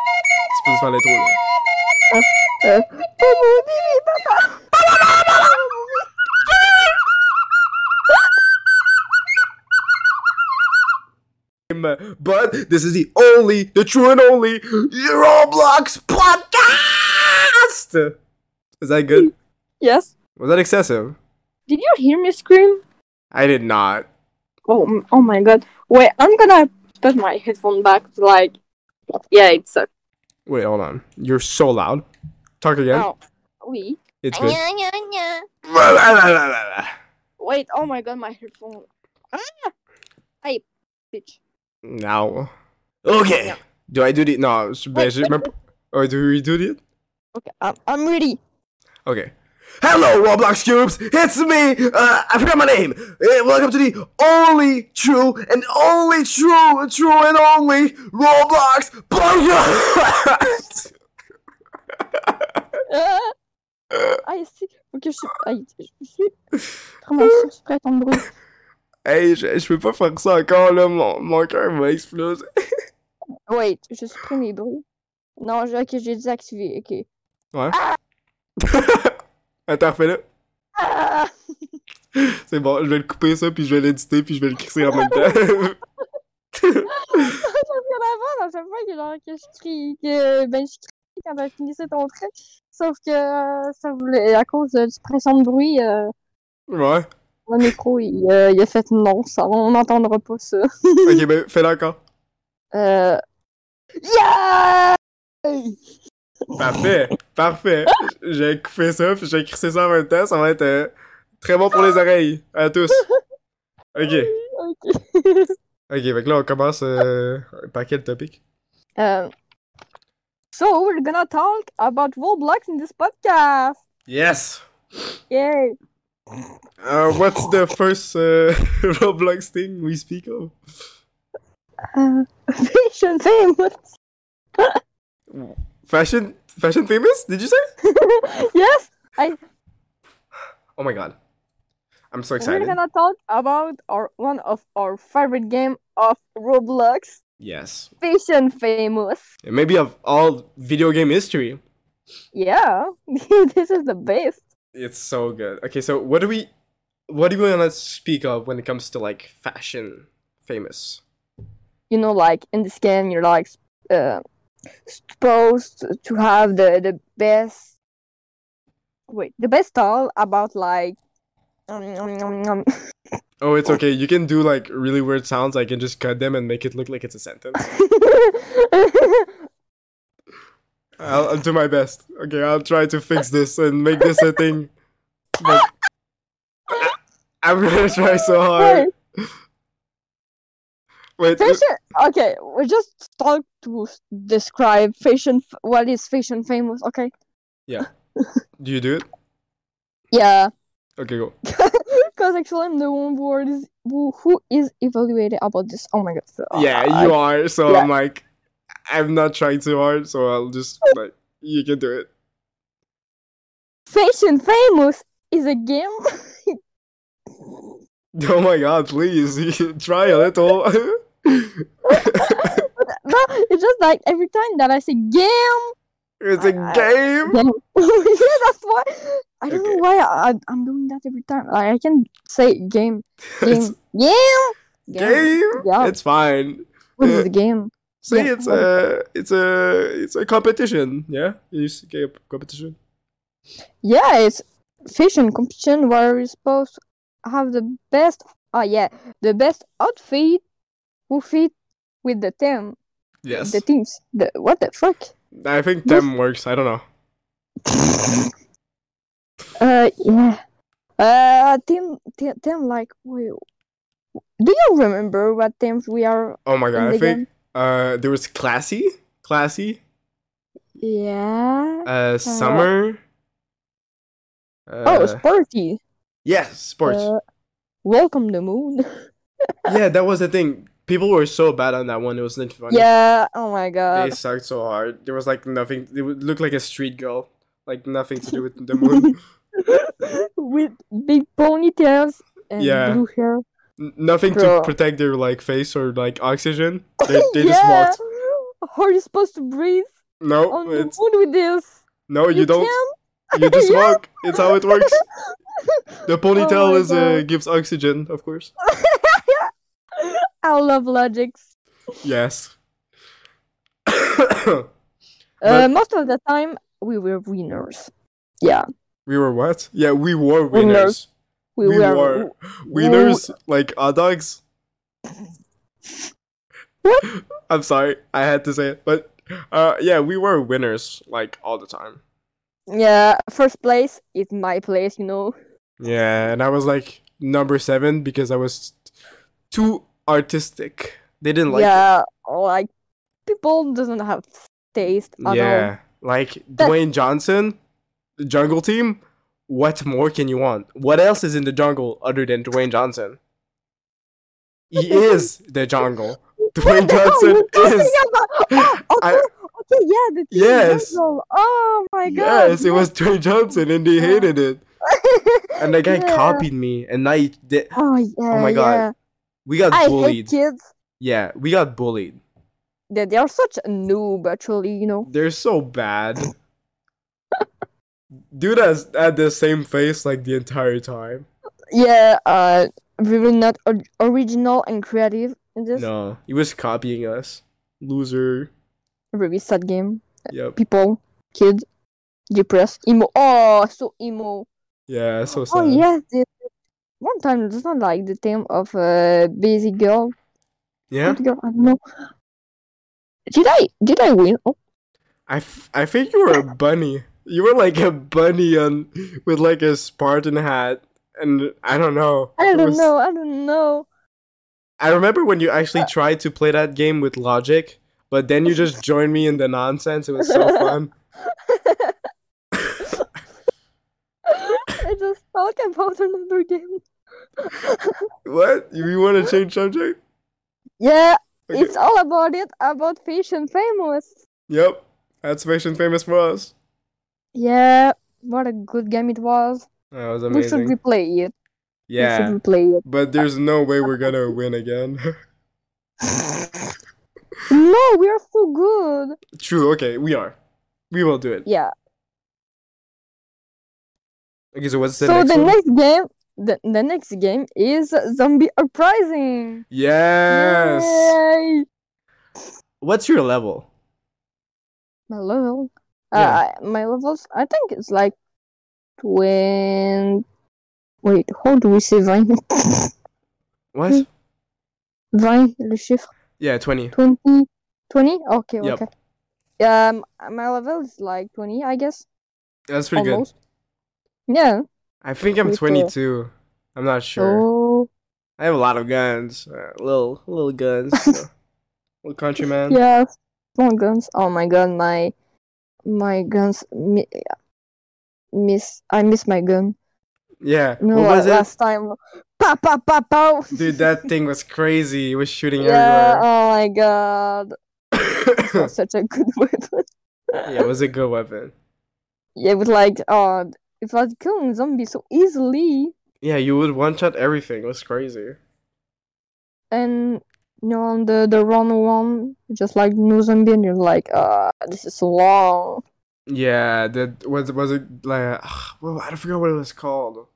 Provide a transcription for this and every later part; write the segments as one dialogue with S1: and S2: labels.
S1: peux juste faire l'intro, là.
S2: Euh, oh mon dieu, papa!
S1: But this is the only, the true and only Roblox podcast. Is that good?
S2: Yes?
S1: Was that excessive?
S2: Did you hear me scream?
S1: I did not.
S2: Oh, m- oh my god. Wait, I'm gonna put my headphone back to like. Yeah, it sucks.
S1: Wait, hold on. You're so loud. Talk again.
S2: Oh, oui.
S1: It's good.
S3: Nya, nya, nya.
S2: Wait, oh my god, my headphone. Ah! Hey, bitch.
S1: Now. Okay.
S2: Yeah.
S1: Do I do the no? je- Ben,
S2: Wait,
S1: j'ai
S2: wait,
S1: même. Oh, do we do it?
S2: Okay, I'm, I'm ready.
S1: Okay. Hello, Roblox Cubes! It's me! Uh, I forgot my name! Uh, welcome to the only true and only true, true and only Roblox podcast!
S2: Ah, ah si. Ok, je suis. Aïe, je suis. Vraiment, je suis prêt à ton bruit.
S1: hey, je, je peux pas faire ça encore, là, mon, mon cœur va exploser.
S2: Wait, je supprime les bruits. Non, je- ok, j'ai désactivé. Ok.
S1: Attends, fais-le.
S2: Ah!
S1: C'est bon, je vais le couper ça, puis je vais l'éditer, puis je vais le crisser en même temps.
S2: avant, à chaque fois que, genre, que je crie, que ben, je crie quand elle finissait ton trait. Sauf que euh, ça voulait, à cause de suppression de bruit, euh,
S1: ouais.
S2: le micro il, euh, il a fait non, ça, on n'entendra pas ça.
S1: Ok, ben, fais-le encore.
S2: Euh... Yeah!
S1: Parfait, parfait. J'ai coupé ça, puis j'ai crissé ça en même temps. Ça va être euh, très bon pour les oreilles, à tous. Ok,
S2: Ok.
S1: ok, fait que là, on commence euh, par quel topic?
S2: Euh, So, we're gonna talk about Roblox in this podcast!
S1: Yes!
S2: Yay!
S1: Uh, what's the first uh, Roblox thing we speak of?
S2: Euh, Fashion famous!
S1: Fashion, fashion famous, did you say?
S2: Yes!
S1: Oh my god. I'm so
S2: We're
S1: excited.
S2: gonna talk about our one of our favorite game of Roblox.
S1: Yes.
S2: Fashion famous.
S1: And Maybe of all video game history.
S2: Yeah, this is the best.
S1: It's so good. Okay, so what do we what do we want to speak of when it comes to like fashion famous?
S2: You know, like in this game, you're like uh, supposed to have the the best. Wait, the best style about like. um, um, um, um,
S1: Oh, it's okay. You can do like really weird sounds. I can just cut them and make it look like it's a sentence. I'll, I'll do my best. Okay, I'll try to fix this and make this a thing. But I'm gonna try so hard. Wait, uh,
S2: fashion. Okay, we just start to s- describe fashion. f- What is fashion famous? Okay.
S1: do you do it?
S2: Yeah,
S1: Okay, go.
S2: because actually I'm the one who is who, who is evaluated about this. Oh my god. so, uh,
S1: Yeah, you are. So
S2: yeah.
S1: I'm like, I'm not trying too hard. So I'll just like, you can do it.
S2: Fashion Famous is a game.
S1: Oh my god, please try a little.
S2: no, it's just like every time that I say game.
S1: it's a
S2: I- I-
S1: game.
S2: game. yeah, that's why. I don't
S1: Ah. Okay.
S2: know why I, I- I'm doing that every time. Like, I can say game.
S1: It's
S2: Game. game.
S1: game.
S2: Yeah.
S1: It's fine.
S2: What is the game?
S1: See,
S2: Yeah.
S1: it's a, it's a, it's a competition. Yeah, you used to get a competition.
S2: Yeah, it's fashion competition where we're supposed to have the best. Oh, yeah. The best outfit who fit with the team.
S1: Yes,
S2: The teams. The, what the fuck?
S1: I think them works. I don't know.
S2: Uh, yeah. Uh, team, team, team, like, we, do you remember what teams we are?
S1: Oh my god,
S2: In
S1: I
S2: the
S1: think uh, there was classy, classy,
S2: Yeah.
S1: uh, summer. Uh,
S2: oh, Sporty.
S1: yes, sports.
S2: Uh, welcome the moon.
S1: yeah, that was the thing. People were so bad on that one. It wasn't funny.
S2: yeah. Oh my
S1: They
S2: god.
S1: sucked so hard. There was like nothing. They would look like a street girl, like nothing to do with the moon.
S2: With big ponytails and
S1: Yeah.
S2: blue hair.
S1: N- nothing to
S2: Bro.
S1: protect their like face or like oxygen. They, they just
S2: yeah. Oh,
S1: walked.
S2: How are you supposed to breathe?
S1: No,
S2: on the
S1: Oh, it's
S2: moon with this.
S1: no. You, don't.
S2: can?
S1: You just
S2: Yeah.
S1: walk. It's how it works. The ponytail
S2: my
S1: is uh,
S2: God.
S1: gives oxygen, of course.
S2: I love logics.
S1: Yes.
S2: Uh,
S1: But-
S2: most of the time, we were winners. Yeah,
S1: we were what? Yeah, we were winners.
S2: Winners. we,
S1: We
S2: were.
S1: were. Winners like our dogs. I'm sorry, I had to say it, but uh, yeah, we were winners like all the time.
S2: Yeah, first place is my place, you know.
S1: Yeah, and I was like number seven because I was too artistic. They didn't like
S2: yeah, like people doesn't have taste
S1: it.
S2: at all.
S1: Yeah, like Dwayne Johnson, the Jungle Team. What more can you want? What else is in the jungle other than Dwayne Johnson? He is the jungle. Dwayne
S2: What the hell
S1: Johnson
S2: you talking
S1: is.
S2: about? Oh,
S1: I-
S2: okay, okay, yeah, the team
S1: Yes.
S2: jungle. Oh my god.
S1: Yes, it was Dwayne Johnson, and they
S2: Yeah.
S1: hated it. And the guy
S2: Yeah.
S1: copied me, and I did.
S2: Oh yeah.
S1: my God,
S2: yeah.
S1: We got
S2: I hate
S1: bullied.
S2: kids.
S1: Yeah, we got bullied.
S2: They, they are such a noob, actually. You know.
S1: They're so bad. Dude has had the same face like the entire time.
S2: Yeah. Uh, really not or- original and creative in this
S1: No, he was copying us. Loser.
S2: really sad game.
S1: Yep.
S2: People, kids, depressed, emo. Oh, so emo.
S1: Yeah, so sad.
S2: Oh yes, the, one time it was not like the theme of uh, busy girl,
S1: Yeah?
S2: good girl. I don't know. Did I did I win? Oh,
S1: I, f- I think you were a bunny. You were like a bunny on with like a Spartan hat, and I don't know.
S2: I
S1: It
S2: don't
S1: was-
S2: know. Uh, I don't know.
S1: I remember when you actually tried to play that game with logic, but then you just joined me in the nonsense. It was so fun.
S2: I just talk about another game.
S1: What? You want to change subject?
S2: Yeah,
S1: Okay.
S2: it's all about it about fish and famous.
S1: Yep. That's Fashion Famous for us.
S2: Yeah, what a good game it was.
S1: That was
S2: We should
S1: amazing.
S2: replay it. We
S1: yeah.
S2: should replay it.
S1: But there's no way we're gonna win again.
S2: No, we are so good.
S1: True, okay, we are. We will do it.
S2: Yeah.
S1: Okay, so what's the
S2: so
S1: next
S2: the
S1: one?
S2: next game, the, the next game is Zombie Uprising.
S1: yes!
S2: Yay!
S1: What's your level?
S2: My level.
S1: Yeah.
S2: Uh, my levels. I think it's like when. Wait, how do we say 20? Hmm.
S1: What?
S2: 20, le chiffre
S1: Yeah, 20.
S2: 20? 20? Okay,
S1: Yep.
S2: okay. Um, my level is like 20, I guess.
S1: That's pretty
S2: almost. Yeah.
S1: good. I think I'm
S2: With the-
S1: 22. I'm not sure.
S2: So,
S1: I have a lot of guns. Uh, little, little guns. you know. little countryman.
S2: yeah. Small guns. Oh my god, my. My guns. Mi- miss. I miss my gun.
S1: Yeah.
S2: No,
S1: what was
S2: la-
S1: it?
S2: last time. Pow, pow, pow, pow.
S1: Dude, that thing was crazy. It was shooting
S2: Yeah, uh, oh my god.
S1: everywhere.
S2: That's such a good weapon.
S1: yeah, it was a good weapon.
S2: Yeah, but like, oh, it was killing zombies so easily.
S1: Yeah, you would one shot everything. It was crazy.
S2: And you know, on the, the run one, just like no zombie, and you're like, uh, this is so long.
S1: Yeah, that was was it like ugh, well, I don't forget what it was called.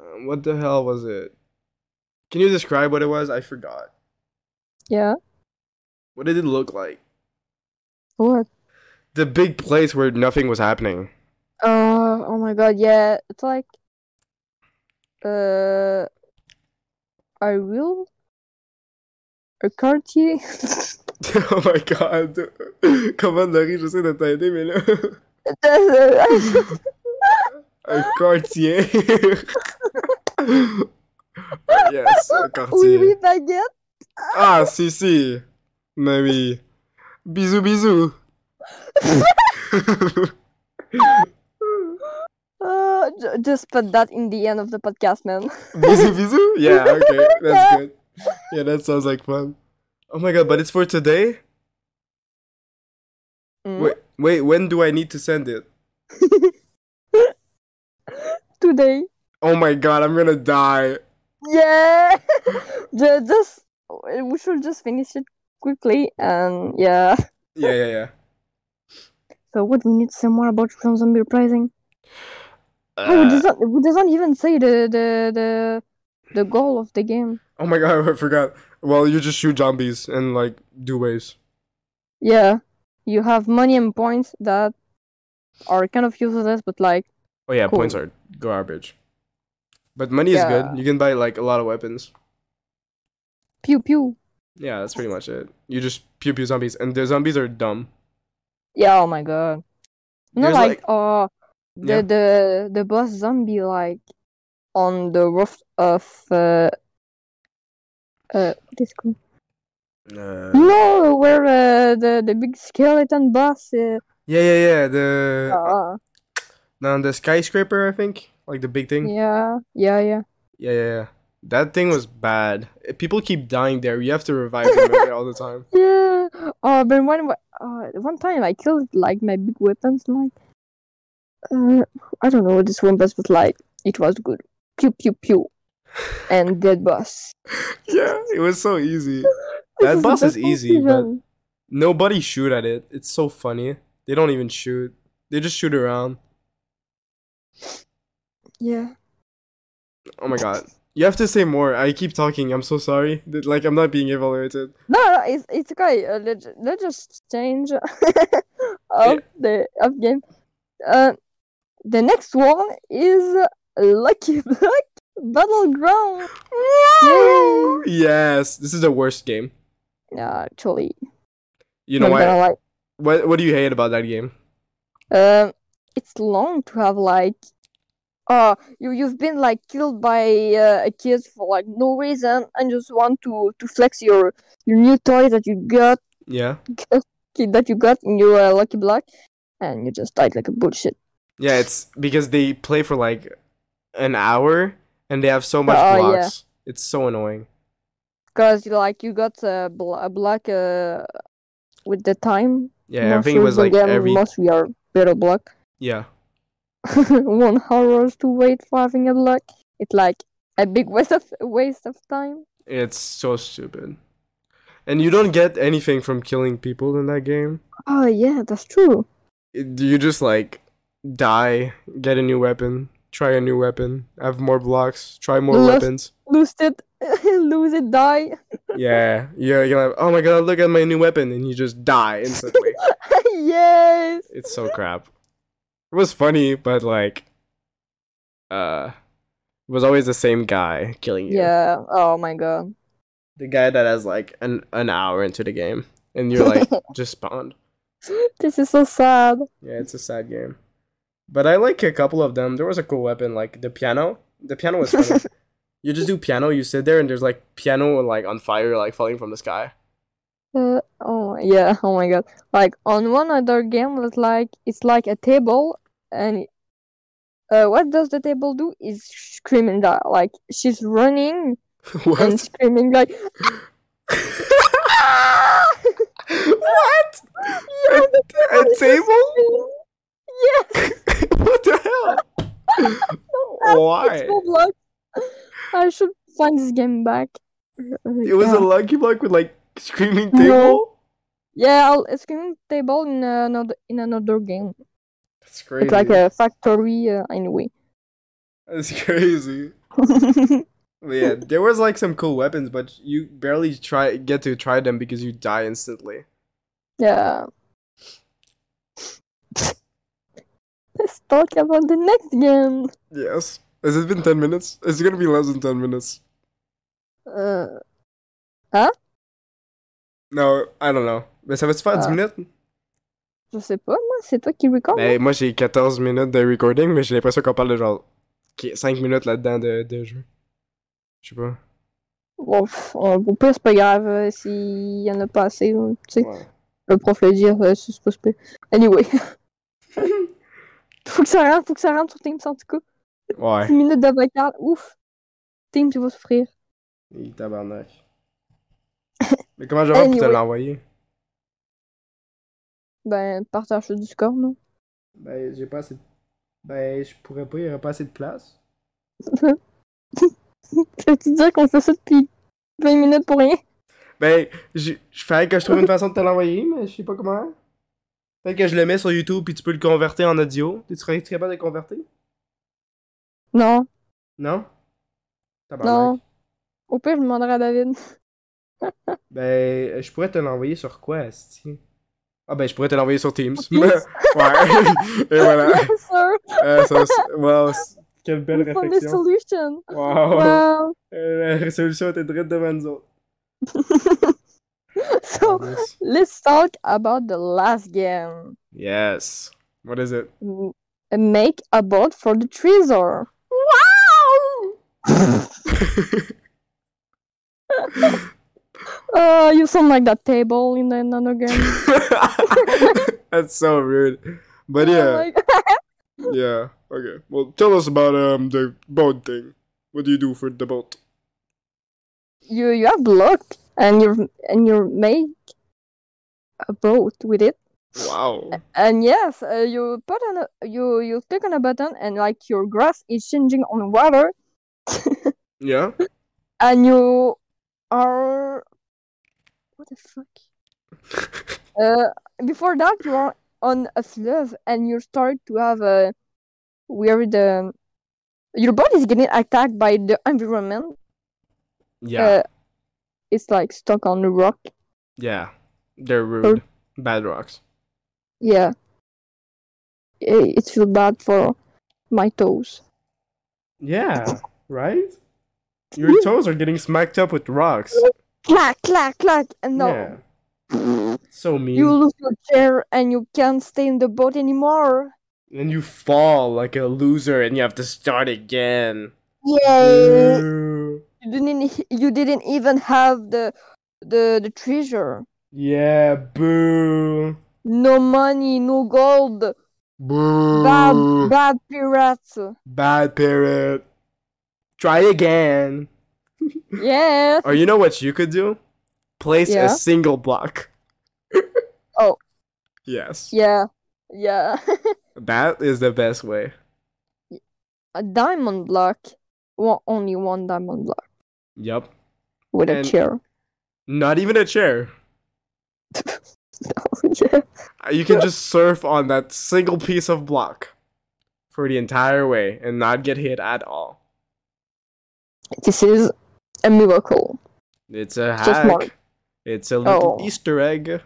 S1: Um, what the hell was it? Can you describe what it was? I forgot.
S2: Yeah,
S1: What did it look like?
S2: what?
S1: The big place where nothing was happening.
S2: Uh, oh my god, yeah, it's like, uh, I will. A quartier.
S1: oh my god. Comment Larry, j'essaie de t'aider, mais là. un quartier. yes, un
S2: oui,
S1: quartier.
S2: oui, baguette.
S1: Ah, si, si. Mais oui. Bisous, bisous.
S2: Uh, ju- just put that in the end of the podcast, man.
S1: bisous, bisous? Yeah, okay. That's good. Yeah, that sounds like fun. Oh my god, but it's for today?
S2: Mm.
S1: Wait, wait, when do I need to send it?
S2: Today.
S1: Oh my god, I'm gonna die.
S2: Yeah. Ju- just we should just finish it quickly and yeah.
S1: Yeah, yeah, yeah.
S2: So what we need some more about from zombie uprising. oh, it
S1: Uh,
S2: doesn't it doesn't even say the the the the goal of the game.
S1: oh my god, I forgot. Well, you just shoot zombies and like do waves.
S2: Yeah, you have money and points that are kind of useless, but like
S1: Oh yeah,
S2: Cool.
S1: points are garbage. But money is good. You can buy like a lot of weapons.
S2: pew pew.
S1: Yeah, that's pretty much it. You just pew pew zombies, and the zombies are dumb.
S2: Yeah, oh my god. Not
S1: There's,
S2: like,
S1: like-
S2: uh
S1: Yeah.
S2: the the the boss zombie like on the roof of uh uh what is it called?
S1: Uh,
S2: No, where uh, the the big skeleton boss uh,
S1: yeah, yeah, yeah. The
S2: uh,
S1: no, the skyscraper, I think, like the big thing.
S2: yeah, yeah, yeah.
S1: Yeah, yeah, yeah. That thing was bad. Uh, People keep dying there. You have to revive them every- all the time.
S2: Yeah. Oh, but one wa- uh, one time I killed like my big weapons, like uh, I don't know what this one was, but like it was good. Pew pew pew, and dead boss.
S1: Yeah, it was so easy.
S2: This
S1: That
S2: the
S1: boss is
S2: best
S1: easy, but-
S2: season.
S1: Nobody shoot at it. It's so funny. They don't even shoot. They just shoot around.
S2: yeah.
S1: Oh my god. You have to say more. I keep talking. I'm so sorry. That- Like I'm not being evaluated.
S2: No, no, it's it's okay. Uh, let's let's just change of the of game. Uh, the next one is Lucky Block Battleground. Yay!
S1: Yes, this is the worst game.
S2: Yeah, actually,
S1: You know
S2: not
S1: why?
S2: gonna lie.
S1: What What do you hate about that game?
S2: Um, it's long to have like, uh, you you've been like killed by uh, a kid for like no reason and just want to to flex your your new toy that you got
S1: Yeah.
S2: that you got in your uh, Lucky Block, and you just died like a bullshit.
S1: Yeah, it's because they play for like an hour and they have so much
S2: Oh, yeah.
S1: blocks. It's so annoying.
S2: Because you like you got a, bl- a black uh, with the time.
S1: Yeah, I think it was like
S2: again,
S1: every
S2: most we are better block.
S1: yeah.
S2: One hour to wait for having a block. It's like a big waste of waste of time.
S1: It's so stupid. And you don't get anything from killing people in that game.
S2: Oh yeah, that's true.
S1: do you just like die, get a new weapon, try a new weapon, have more blocks, try more
S2: Lost-
S1: weapons?
S2: Lose it, lose it, die.
S1: Yeah, yeah. You're like, oh my god, look at my new weapon, and you just die instantly.
S2: yes.
S1: it's so crap. It was funny, but like, uh, it was always the same guy killing you.
S2: Yeah. Oh my god.
S1: The guy that has like an an hour into the game, and you're like just spawned.
S2: This is so sad.
S1: Yeah, it's a sad game. But I like a couple of them. There was a cool weapon, like the piano. The piano was funny. you just do piano, you sit there and there's like piano like on fire, like falling from the sky.
S2: Uh, oh my- yeah, oh my god. Like on one other game was like it's like a table and uh what does the table do is screaming that like she's running and screaming like "Ah!"
S1: what?
S2: Yeah,
S1: A, a table?
S2: "Oh, Yes,
S1: what the hell?
S2: it's
S1: Why?
S2: Roblox. I should find this game back. Oh
S1: It was a
S2: Yeah.
S1: lucky block with like screaming
S2: No.
S1: table?
S2: Yeah, I'll a screaming table in another in another game.
S1: That's crazy.
S2: It's like a factory uh, anyway.
S1: That's crazy. But Yeah, there was like some cool weapons, but you barely try get to try them because you die instantly.
S2: Yeah. Let's talk about the next game.
S1: Yes. Has it been 10 minutes? It's gonna be less than 10 minutes.
S2: Uh,
S1: No, I don't know. Mais ça va-tu faire 10
S2: Ah.
S1: minutes?
S2: je sais pas, moi, c'est toi qui hein? record.
S1: Ben, moi j'ai 14 minutes de recording, mais j'ai l'impression qu'on parle de genre 5 minutes là-dedans de, de jeu. Je sais pas.
S2: Bon, pff, on- au pire, c'est pas grave euh, s'il y en a pas assez. euh, Tu sais,
S1: Ouais.
S2: le prof le dire, euh, c'est pas super. Anyway. faut que ça rentre, faut que ça rentre sur Teams en tout cas.
S1: Ouais.
S2: 10 minutes de vocal, ouf. Teams, tu vas souffrir.
S1: Et tabarnak. Mais comment je vais faire pour te
S2: Anyway.
S1: l'envoyer?
S2: Ben, partage sur Discord, non?
S1: Ben, j'ai pas assez de... Ben, je pourrais pas, il y aurait pas assez de place.
S2: Tu dire qu'on fait ça depuis 20 minutes pour rien?
S1: Ben, je je ferais que je trouve une façon de te l'envoyer, mais je sais pas comment. Peut-être que je le mets sur YouTube puis tu peux le convertir en audio. Tu serais capable de le convertir?
S2: Non,
S1: Non? Tabarnak.
S2: non. Au pire, je demanderai à David.
S1: Ben, je pourrais te l'envoyer sur quoi, esti? Ah ben, je pourrais te l'envoyer sur Teams.
S2: Sur Teams?
S1: ouais. Et voilà.
S2: Bien sûr,
S1: Euh, ça, c'est- wow, c'est- quelle belle
S2: on found the
S1: réflexion.
S2: solution.
S1: Wow.
S2: Wow.
S1: Euh, La résolution était drette devant nous autres.
S2: So,
S1: Yes.
S2: let's talk about the last game.
S1: Yes. What is it?
S2: M- Make a boat for the treasure. Uh, you sound like that table in the another game.
S1: That's so rude. But
S2: Oh
S1: yeah,
S2: my God.
S1: yeah. Okay. Well, tell us about um the boat thing. What do you do for the boat?
S2: you you have luck, and you and you make a boat with it.
S1: Wow.
S2: And yes, uh, you put on a, you you click on a button, and like your grass is changing on water,
S1: Yeah.
S2: and you are what the fuck? uh, before that, you are on a flood, and you start to have a weird. Um, your body is getting attacked by the environment.
S1: Yeah.
S2: Uh, it's like stuck on the rock.
S1: Yeah. They're rude. Bad rocks.
S2: Yeah. It, it feels bad for my toes.
S1: Yeah. Right. Your toes are getting smacked up with rocks.
S2: Clack, clack, clack, and no.
S1: Yeah. So mean.
S2: You lose your chair and you can't stay in the boat anymore.
S1: And you fall like a loser and you have to start again.
S2: Uh, Yay!
S1: Ooh.
S2: You didn't. e-, You didn't even have the, the the treasure.
S1: Yeah, boo.
S2: No money, no gold.
S1: Boo. Mm.
S2: Bad, bad pirates.
S1: Bad parrot. Try again.
S2: Yes.
S1: Or you know what you could do? Place
S2: Yeah.
S1: a single block.
S2: Oh.
S1: Yes.
S2: Yeah. Yeah.
S1: That is the best way.
S2: a diamond block. One, only one diamond block
S1: Yep.
S2: with
S1: And-
S2: a chair.
S1: Not even a chair.
S2: yeah.
S1: You can just surf on that single piece of block for the entire way and not get hit at all.
S2: This is a miracle.
S1: It's a
S2: just
S1: hack.
S2: mark.
S1: It's a little
S2: Oh.
S1: Easter egg.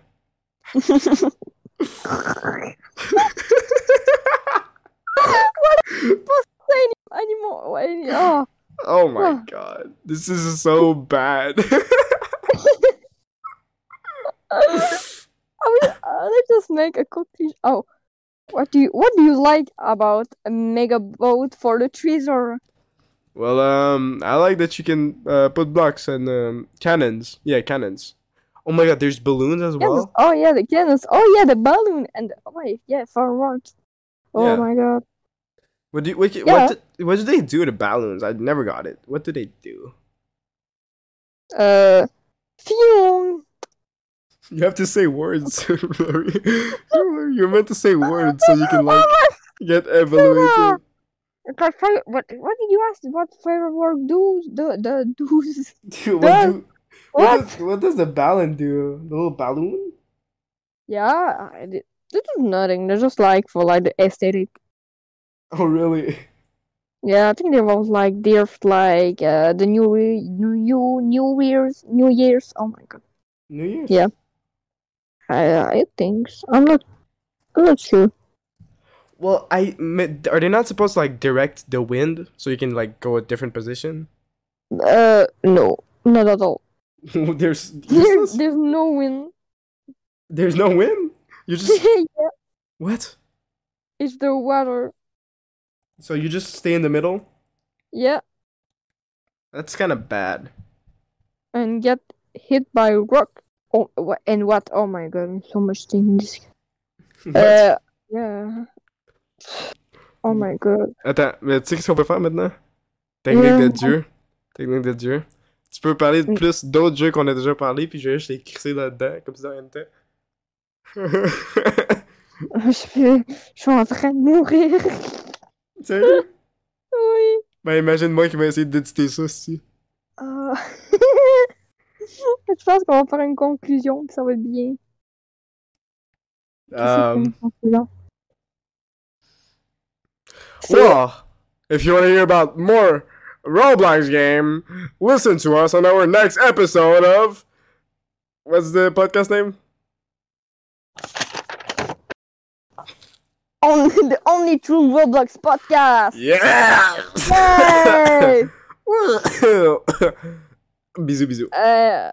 S2: anymore. Wait, Oh,
S1: Oh my
S2: Oh.
S1: god. This is so bad.
S2: I mean, uh, let's just make a conclusion. Oh, what do you what do you like about a mega boat for the treasure?
S1: well, um, I like that you can uh, put blocks and um, cannons. Yeah, cannons. Oh my god, there's balloons as
S2: Cannons.
S1: well.
S2: Oh yeah, the cannons. Oh yeah, the balloon and oh wait, yeah, forward. Oh
S1: Yeah.
S2: my god.
S1: What do what,
S2: Yeah.
S1: what, do, what do they do to balloons? I never got it. What do they do?
S2: Uh, phew.
S1: You have to say words. Rory. You're meant to say words so you can like get evaluated.
S2: But fire- what what did you ask? What firework do the the does
S1: Dude, what, do, what?
S2: what?
S1: does, what does the balloon do? The little balloon?
S2: Yeah, I did. This is nothing. They're just like for like the aesthetic.
S1: Oh really?
S2: Yeah, I think there was like there for, like uh, the new Ye- new new new years new years. Oh my god,
S1: New Year's.
S2: Yeah. I I think so. I'm not I'm not sure.
S1: Well, I me- are they not supposed to like direct the wind so you can like go a different position?
S2: Uh, no, not at all.
S1: there's
S2: There's
S1: useless-
S2: there's no wind.
S1: there's no wind. You just
S2: yeah,
S1: what?
S2: it's the water.
S1: So you just stay in the middle.
S2: Yeah,
S1: That's kind of bad.
S2: and get hit by rock. Oh, wha- and what? Oh my god, so much things. Uh, yeah. Oh my god.
S1: Attends, mais tu sais qu'est-ce qu'on peut faire maintenant? Technique de
S2: Euh,
S1: Dieu. Technique de Dieu. Tu peux parler de
S2: Mm.
S1: plus d'autres jeux qu'on a déjà parlé, puis je vais juste les crisser là-dedans, comme si de rien n'était.
S2: Je, je suis en train de mourir.
S1: Tu sais?
S2: Oui.
S1: Ben imagine-moi qui va essayer d'éditer ça aussi.
S2: Ah. Je pense qu'on va faire une conclusion, puis ça va être bien.
S1: Um,
S2: See,
S1: well, if you want to hear about more Roblox game, listen to us on our next episode of what's the podcast name?
S2: on the only true Roblox podcast.
S1: Yeah.
S2: Yay!
S1: bisous, bisous.
S2: uh,